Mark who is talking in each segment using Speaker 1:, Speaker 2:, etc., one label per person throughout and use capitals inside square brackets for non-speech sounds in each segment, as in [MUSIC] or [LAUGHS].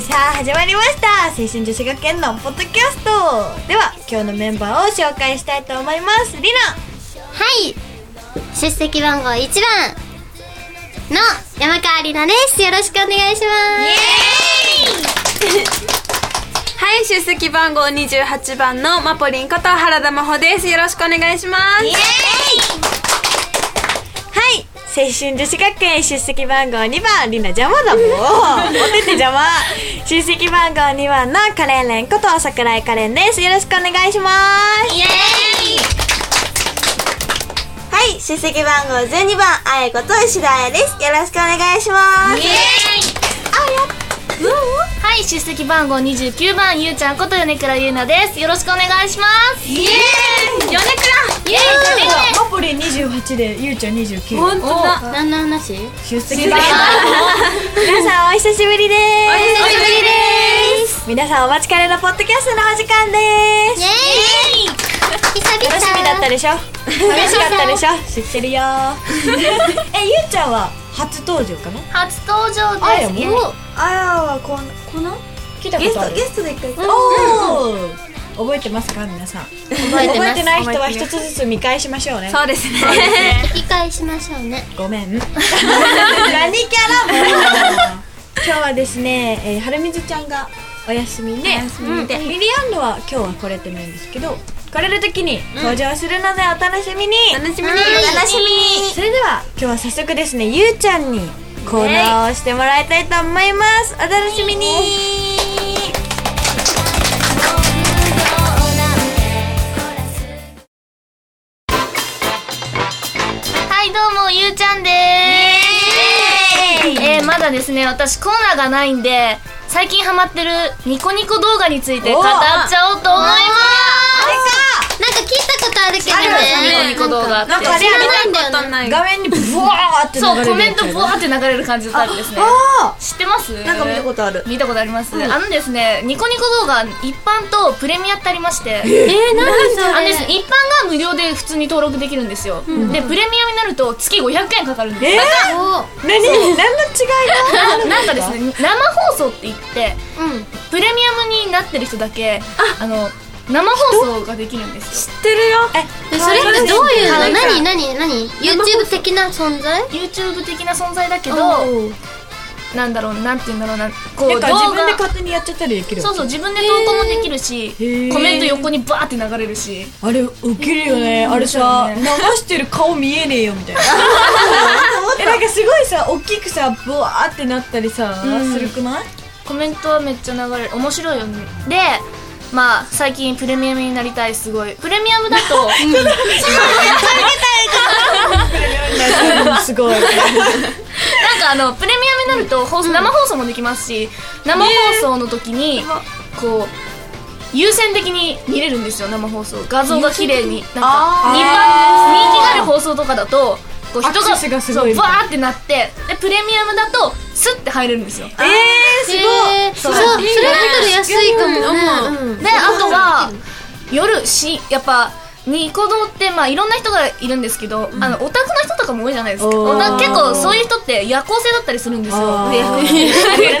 Speaker 1: さあ始まりました青春女子学園のポッドキャストでは今日のメンバーを紹介したいと思いますりな
Speaker 2: はい出席番号1番の山川里奈ですよろしくお願いします
Speaker 3: はい、出席番号二十八番のマポリンこと原田真帆です。よろしくお願いします。
Speaker 2: イエーイ
Speaker 1: はい青春女子学園出席番号2番りな邪魔だもん持ってて邪魔出席番号2番のカレンレンこと桜井カレンですよろしくお願いします
Speaker 2: イエーイ
Speaker 1: はい出席番号12番あやこと石田あやですよろしくお願いしま
Speaker 2: イエーイはい出席番号29番ゆうちゃんこと米倉優奈ですよろしくお願いしますイエーイ米倉イエー
Speaker 1: マポリン28でゆうちゃん29
Speaker 3: 本当だ。
Speaker 2: イ何の話お久しぶ
Speaker 1: 出席番号 [LAUGHS] 皆さんお久しぶりです
Speaker 2: りです
Speaker 1: 皆さんお待ちかねのポッドキャストのお時間です
Speaker 2: イエーイ久々
Speaker 1: 楽しみだったでしょ楽しかったでしょ知ってるよ [LAUGHS] えゆうちゃんは初登場かな
Speaker 2: 初登場
Speaker 1: あや
Speaker 2: で
Speaker 1: も
Speaker 2: すよ
Speaker 1: あやはこんこの来たことあるゲストゲストで一回おー覚えてますか皆さん覚
Speaker 2: えてます
Speaker 1: ない人は一つずつ見返しましょうね
Speaker 3: そうですね。
Speaker 2: 吹き返しましょうね
Speaker 1: ごめん [LAUGHS] 何キャラもう今日はですね、えー、はるみずちゃんがお休みでうんミリアンヌは今日は来れてないんですけど来れる時に登場するのでお楽しみに、
Speaker 3: 楽しみに。
Speaker 2: 楽しみに
Speaker 1: それでは今日は早速ですねゆうちゃんにコーナーをしてもらいたいと思いますお楽しみに
Speaker 2: はいどうもゆうちゃんで
Speaker 1: イ
Speaker 2: すえー、まだですね私コーナーがないんで最近ハマってるニコニコ動画について語っちゃおうと思いますなんか聞いたことあるけどねニコニコ動画って
Speaker 1: なんかあれや
Speaker 2: 知らないんだ
Speaker 3: 当
Speaker 2: よ
Speaker 3: たん
Speaker 2: ね
Speaker 3: ない。
Speaker 1: 画面にブワーって流れる
Speaker 2: そうコメント
Speaker 1: ブ
Speaker 2: ボワーって流れる感じのタイプですね
Speaker 1: あ
Speaker 2: 知ってます
Speaker 1: ーなんか見たことある
Speaker 2: 見たことあります、あのですねニコニコ動画一般とプレミアってありまして
Speaker 3: えー、なんで
Speaker 2: あのです一般が無料で普通に登録できるんですよ、でプレミアになると月500円かかるんです
Speaker 1: え
Speaker 2: よ
Speaker 1: ー、何何の違いが
Speaker 2: ななんかですね生放送って言って、プレミアムになってる人だけあの生放送ができるんですよ
Speaker 3: 知ってるよ。
Speaker 1: え
Speaker 4: それってどういうの
Speaker 3: なんか
Speaker 4: 何何何 YouTube 的な存在
Speaker 2: YouTube 的な存在だけどなんだろうなんて言うんだろうなこ
Speaker 1: なん
Speaker 2: う動
Speaker 1: か
Speaker 2: 画
Speaker 1: 自分で勝手にやっちゃったりできる
Speaker 2: そうそう自分で投稿もできるし
Speaker 1: ー
Speaker 2: コメント横にバーって流れるし
Speaker 1: あれウケるよねあれさ流してる顔見えねえよみたいな [LAUGHS] えなんかすごいさ大きくさブワーってなったりさ
Speaker 2: うん
Speaker 1: するくない
Speaker 2: コメントはめっちゃ流れる面白いよねでまあ最近プレミアムになりたいすごいプレミアムだ
Speaker 1: [LAUGHS]
Speaker 2: と
Speaker 1: すごい
Speaker 2: なんかあのプレミアムになると放送、生放送もできますし生放送の時にこう優先的に見れるんですよ生放送画像が綺麗になんか
Speaker 1: あー
Speaker 2: 人気がある放送とかだとこう人
Speaker 1: アク
Speaker 2: が
Speaker 1: セスがすご
Speaker 2: そ
Speaker 1: いう
Speaker 2: バーってなってでプレミアムだとスッて入れるんですよ
Speaker 1: えーすごい
Speaker 4: えーそううそれだったら安いかもねうん
Speaker 2: であとは夜しやっぱニコ動ってまあいろんな人がいるんですけど、あのオタクの人とかも多いじゃないですか
Speaker 1: おー
Speaker 2: オタク結構そういう人って夜行性だったりするんですよ
Speaker 1: あー
Speaker 2: 夜行性
Speaker 1: [LAUGHS]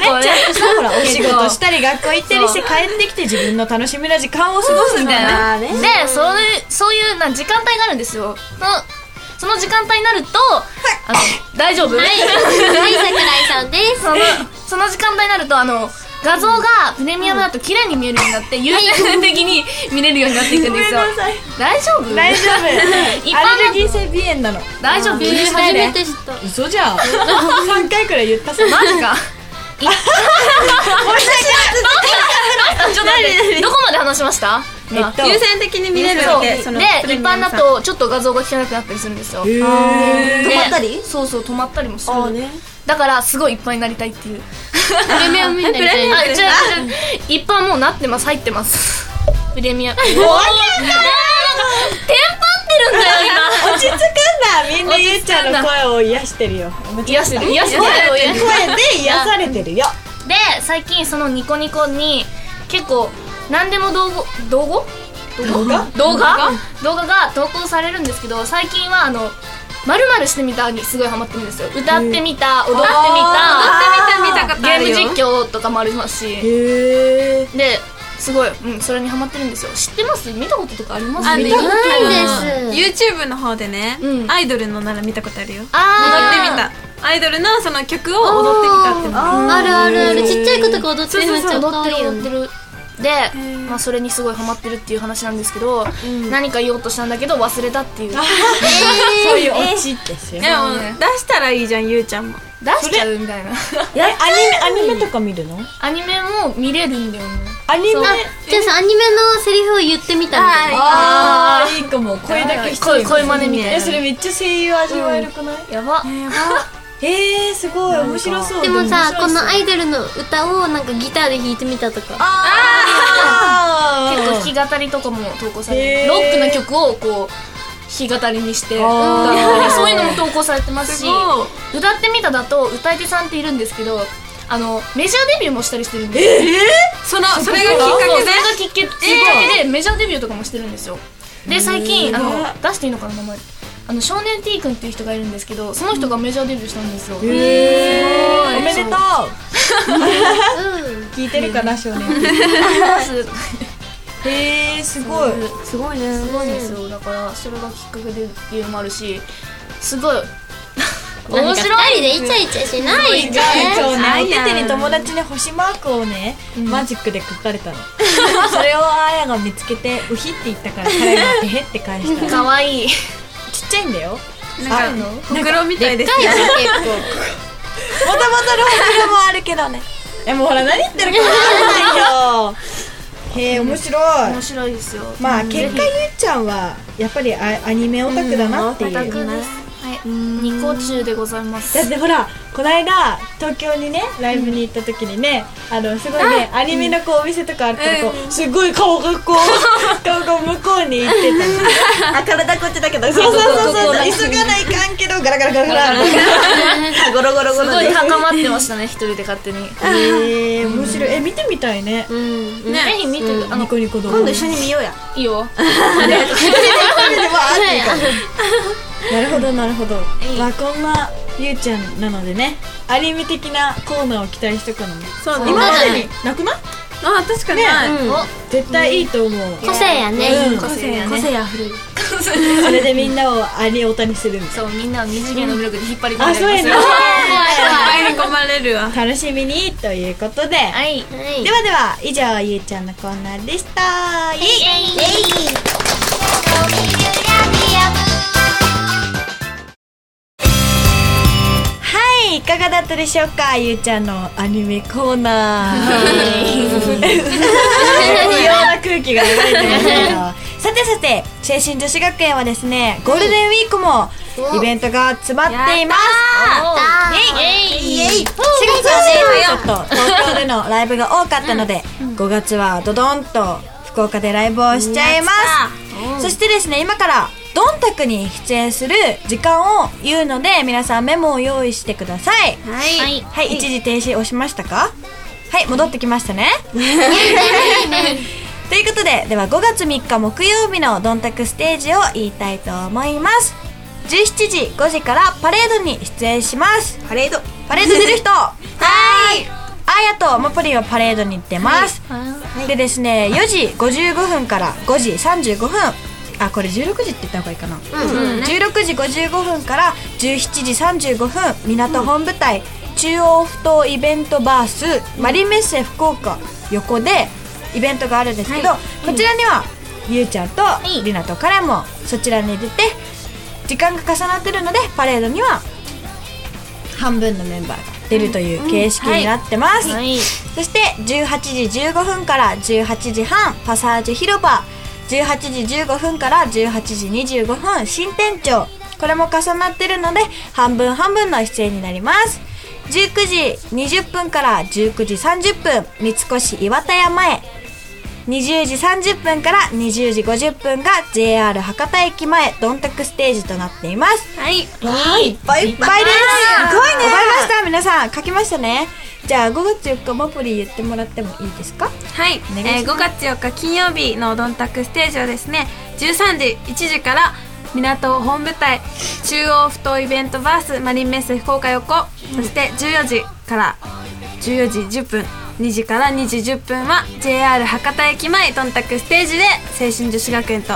Speaker 1: ね、ちゃんとさほらお仕
Speaker 2: [LAUGHS] 結構
Speaker 1: 事したり学校行ったりして帰ってきて自分の楽しみな時間を過ごすみた
Speaker 2: みた
Speaker 1: い
Speaker 2: い
Speaker 1: な
Speaker 2: な、でそういうそういうな時間帯があるんですよそのその時間帯になるとあの大丈夫、
Speaker 4: はい桜井さんです
Speaker 2: その [LAUGHS] その時間帯になるとあの画像がプレミアムだと綺麗に見えるようになって、優先的に見れるようになっていくんですよ
Speaker 1: ごめんなさい
Speaker 2: 大丈夫
Speaker 1: 大丈
Speaker 2: [LAUGHS] 一
Speaker 1: 夫
Speaker 2: 般
Speaker 1: アレルギー性鼻炎なの
Speaker 2: 大丈夫
Speaker 1: 気にしない
Speaker 4: 初
Speaker 1: で
Speaker 4: めて知った
Speaker 1: 嘘じゃ
Speaker 2: [LAUGHS]
Speaker 1: ん3回くらい言ったさ
Speaker 2: マジか。ちょっと待ってどこまで話しました？
Speaker 1: えっと
Speaker 3: 優先的に見れる
Speaker 2: そ
Speaker 3: わ
Speaker 2: う
Speaker 3: け。
Speaker 2: で
Speaker 3: そのプレ
Speaker 2: 一
Speaker 3: ミア
Speaker 2: 般
Speaker 3: ムさ
Speaker 2: だ
Speaker 3: ん
Speaker 2: とちょっと画像が汚くなったりするんですよ。
Speaker 1: えー
Speaker 2: 止
Speaker 4: まったり
Speaker 2: そうそう止まったりもする。だからすごいいっぱいになりたいっていう。
Speaker 4: プレミアムになり
Speaker 2: あ
Speaker 4: たい
Speaker 2: 違う違う違う一般もうなってます入ってます。プレミアム。テンパってるんだよ
Speaker 1: 落ち着くんだみんなゆうちゃんの声を癒してるよ
Speaker 2: 今。癒してる癒してる
Speaker 1: 声で癒されてるよ
Speaker 2: で最近そのニコニコに結構何でも動画動画
Speaker 1: 動画
Speaker 2: 動画動画が投稿されるんですけど最近はあのまるまるしてみたにすごいハマってるんですよ歌ってみた、踊ってみ
Speaker 1: あ
Speaker 2: た
Speaker 3: 見た見たことある
Speaker 2: ゲ
Speaker 3: よ
Speaker 2: ーム実況とかもありますし
Speaker 1: へえ
Speaker 2: ですごい、うん、それにハマってるんですよ知ってます見たこととかあります
Speaker 3: あの
Speaker 2: 見
Speaker 4: た
Speaker 2: た
Speaker 4: ことない
Speaker 3: YouTube の方でね、
Speaker 2: うん
Speaker 3: アイドルのなら見たことあるよ踊って
Speaker 2: あ
Speaker 3: みたアイドルのその曲を踊ってみたっていうの
Speaker 1: あー
Speaker 4: あるあるあるちっちゃい子とか踊ってるめっちゃ可
Speaker 2: 踊って
Speaker 4: 愛い
Speaker 2: る
Speaker 4: よ
Speaker 2: 踊って
Speaker 4: ね
Speaker 2: るで、まあ、それにすごいハマってるっていう話なんですけど、何か言おうとしたんだけど忘れたっていう出
Speaker 1: そういうオチですよ
Speaker 3: でも出したらいいじゃんゆうちゃんも
Speaker 2: しちゃうみたいな
Speaker 1: えアニメアニメとか見るの
Speaker 2: アニメも見れるんだよね
Speaker 1: アニメ
Speaker 4: あじゃあさアニメのセリフを言ってみたみたいな
Speaker 1: ああいいかも声だけ
Speaker 2: 声声真似みたい
Speaker 1: え
Speaker 2: な
Speaker 1: それめっちゃ声優味わえるくない
Speaker 2: やば
Speaker 1: えーすごい面白そう
Speaker 4: でもさこの
Speaker 1: あ
Speaker 4: アイドルの歌をなんかギターで弾いてみたとか
Speaker 1: あ
Speaker 2: 結
Speaker 1: ー
Speaker 2: 構弾き語りとかも投稿され
Speaker 1: へー
Speaker 2: てロックの曲をこう弾き語りにして
Speaker 1: あー
Speaker 2: 歌ったりそういうのも投稿されてます
Speaker 3: す
Speaker 2: し
Speaker 3: ごい
Speaker 2: 歌ってみただと歌い手さんっているんですけどあのメジャーデビューもしたりしてるんですよ
Speaker 3: そのそれ
Speaker 2: そ
Speaker 3: が
Speaker 2: う
Speaker 3: きっかけで
Speaker 2: それがきっかけきっかけでメジャーデビューとかもしてるんですよで最近あの出していいのかな名前あの少年 T 君っていう人がいるんですけどその人がメジャーデビューしたんですよ、
Speaker 1: えーおめでとう
Speaker 4: うん
Speaker 1: 聞いてるかな
Speaker 2: [LAUGHS]
Speaker 1: 少年へえすごい
Speaker 2: すごいねすごいですよだからそれがきっかけでっていうのもあるしすごい面白い
Speaker 4: 二人でイチャイチャしないで
Speaker 1: そうね
Speaker 3: あ
Speaker 1: お
Speaker 3: い
Speaker 1: 手
Speaker 3: や
Speaker 1: 手に友達に星マークをねマジックで書かれたのそれをあやが見つけて「うひ」って言ったから彼が「てへ」って返した
Speaker 2: かわいい
Speaker 1: ちっちゃいんだよ
Speaker 3: なんかほくろみたいですね
Speaker 1: もともとのほくろもあるけどねえもうほら何言ってるかわからないよへえ面白い
Speaker 2: 面白いですよ
Speaker 1: まあ結果ゆうちゃんはやっぱりアアニメオタクだなっていう、
Speaker 2: オタクですはい二個中でございます
Speaker 1: だってほらこないだ東京にねライブに行った時にね、あのすごいねアニメのこうお店とかあってこう、すごい顔がこ [LAUGHS] う顔が向こうに行ってたあ体こっちだけどそうそうそうそう急がないかんけどガラガラガラガラゴロゴロゴ
Speaker 2: すごい高まってましたね一人で勝手に
Speaker 1: えー、面白いえ見てみたいね、
Speaker 4: うん
Speaker 2: ぜひ見てく
Speaker 1: あ
Speaker 2: あの
Speaker 1: の子に子供今度一緒に見ようや
Speaker 2: いいよ
Speaker 1: なるほどなるほど、まあこんなゆうちゃんなのでねアニメ的なコーナーを期待してくのも
Speaker 3: そうね
Speaker 1: 今
Speaker 3: 今
Speaker 1: までになくない
Speaker 3: あ確かにない
Speaker 4: うん
Speaker 1: 絶対いいと思う、
Speaker 4: 個性やね
Speaker 1: うん
Speaker 3: 個性や
Speaker 1: 個
Speaker 3: ね
Speaker 1: 性あふれるそれでみんなをアニオタにするみたい
Speaker 2: そうみんなを二次元の魅力で引っ張り込
Speaker 1: なあ
Speaker 2: まれ
Speaker 1: そう
Speaker 2: ま
Speaker 1: や
Speaker 2: す
Speaker 1: ね
Speaker 2: よ
Speaker 3: 入り込まれるわ
Speaker 1: 楽しみにということで、
Speaker 2: はい
Speaker 4: はい
Speaker 1: ではでは以上ゆうちゃんのコーナーでしたイエイはいいかがだったでしょうかゆうちゃんのアニメコーナ [LAUGHS] ー異様な空気が流れてますけどさてさて青春女子学園はですねゴールデンウィークもイベントが詰まっていますイエイ4月はねちょっと東京でのライブが多かったので、5月はドドンと福岡でライブをしちゃいますそしてですね今からドンタクに出演する時間を言うので皆さんメモを用意してください
Speaker 3: はい
Speaker 4: はい
Speaker 1: はい一時停止押しましたかはい戻ってきましたねということででは5月3日木曜日のドンタクステージを言いたいと思います17時5時からパレードに出演しますパレードパレード出 [LAUGHS] る人はいあやとマポリンはパレードに出ます、でですね4時55分から5時35分あこれ16時って言った方がいいかな、16時55分から17時35分港本部隊、中央不当イベントバースマリンメッセ福岡横でイベントがあるんですけど、こちらには、ゆうちゃんとりなとからもそちらに出て時間が重なってるのでパレードには半分のメンバーが出るという形式になってます、
Speaker 2: はい
Speaker 1: そして18時15分から18時半パサージュ広場18時15分から18時25分新店長これも重なってるので半分半分の出演になります19時20分から19時30分三越岩田屋前20時30分から20時50分が JR 博多駅前どんたくステージとなっています
Speaker 3: はい
Speaker 1: はい、いっぱいいっぱいです。すごいね。覚えました、皆さん、書きましたね。じゃあ、5月4日、マポリ言ってもらってもいいですか。
Speaker 3: はい、
Speaker 1: お願いします
Speaker 3: えー5月4日金曜日のドンタクステージはですね13時1時から港本舞台中央ふ頭イベントバースマリンメッセ福岡横そして14時から14時10分2時から2時10分は JR 博多駅前どんたくステージで青春女子学園と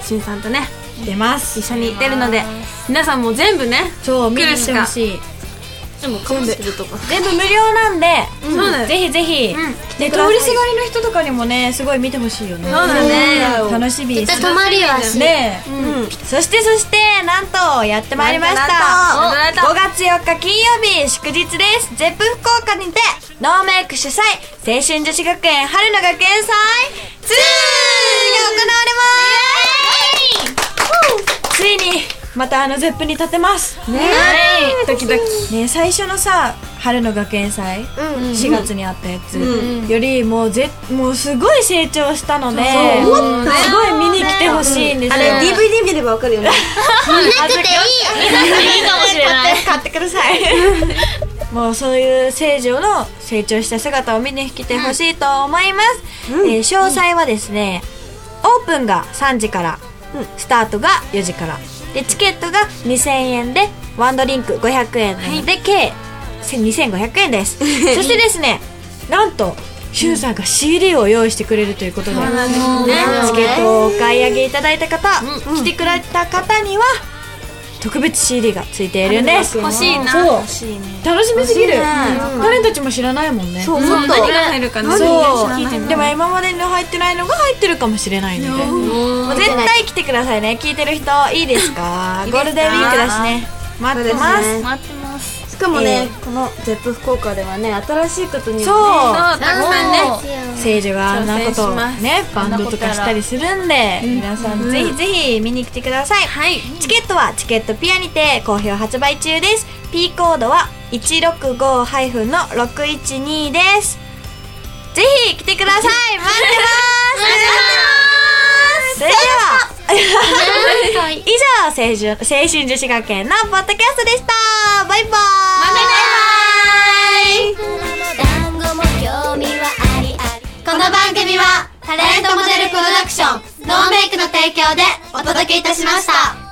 Speaker 3: しんさんとね
Speaker 1: 出ます
Speaker 3: 一緒に出るので皆さんも全部ね
Speaker 1: そう見
Speaker 3: 来
Speaker 1: に
Speaker 3: る
Speaker 1: 来
Speaker 3: してか
Speaker 1: ほしい
Speaker 4: でもかもしてるとか
Speaker 1: 全部無料なんで、
Speaker 3: そうだよ
Speaker 1: ぜひぜひ、
Speaker 3: うん
Speaker 1: で通りすがりの人とかにもねすごい見てほしいよね
Speaker 3: そうだね
Speaker 1: うん楽しみ
Speaker 4: 絶対止まるよ足
Speaker 1: ねえ、そしてそしてなんとやってまいりました
Speaker 3: なんとなんと
Speaker 1: 5月4日金曜日祝日ですゼップ福岡にてノーメイク主催青春女子学園春の学園祭2が行われますついにまたあのゼップに立てますねえドキドキね最初のさ春の学園祭、4月にあったやつ、よりもうぜもうすごい成長したので、
Speaker 5: 思った
Speaker 1: すごい見に来てほしいんです
Speaker 5: あ
Speaker 1: よ、
Speaker 5: れ DVD 見ればわかるよね
Speaker 4: なくていい
Speaker 2: いいかもしれない
Speaker 1: 買ってくだ [LAUGHS] さいもうそういう成城の成長した姿を見に来てほしいと思います、えー詳細はですね、オープンが3時から、スタートが4時からでチケットが2000円でワンドリンク500円なので、計2500円です [LAUGHS] そしてですねなんとシュンさんが CD を用意してくれるということで、チケットをお買い上げいただいた方、来てくれた方には特別 CD がついているんです
Speaker 3: 欲しいな
Speaker 1: そう
Speaker 5: 欲しいね
Speaker 1: 楽しみすぎ
Speaker 5: 欲
Speaker 1: る
Speaker 5: しいね
Speaker 1: 彼たちも知らないもんね
Speaker 5: そう
Speaker 3: そう
Speaker 5: もっと
Speaker 3: 何が入るかね
Speaker 1: そう
Speaker 3: 何が入る
Speaker 1: で
Speaker 3: か
Speaker 1: も今までの入ってないのが入ってるかもしれないのでもう絶対来てくださいね聞いてる人いいですかゴールデンウィークだしね待ってます
Speaker 2: 待ってます
Speaker 5: しかも
Speaker 1: え
Speaker 5: ねこのゼップ福岡ではね新しいことにもね
Speaker 1: そう
Speaker 3: そうたくさんね
Speaker 2: もう
Speaker 1: 聖女があんなことを
Speaker 3: 挑戦します
Speaker 1: ねバンドとかしたりするんで皆さんぜひぜひ見に来てください、チケットはチケットピアにて好評発売中です P コードは165-612の612ですぜひ来てください待ってます待ってますそれでは [LAUGHS]
Speaker 4: はい
Speaker 1: 以上青春青春女子学園のポッドキャストでしたバイバイバイバイ
Speaker 4: 団子も興味はありありこの番組はタレントモデルプロダクションノーメイクの提供でお届けいたしました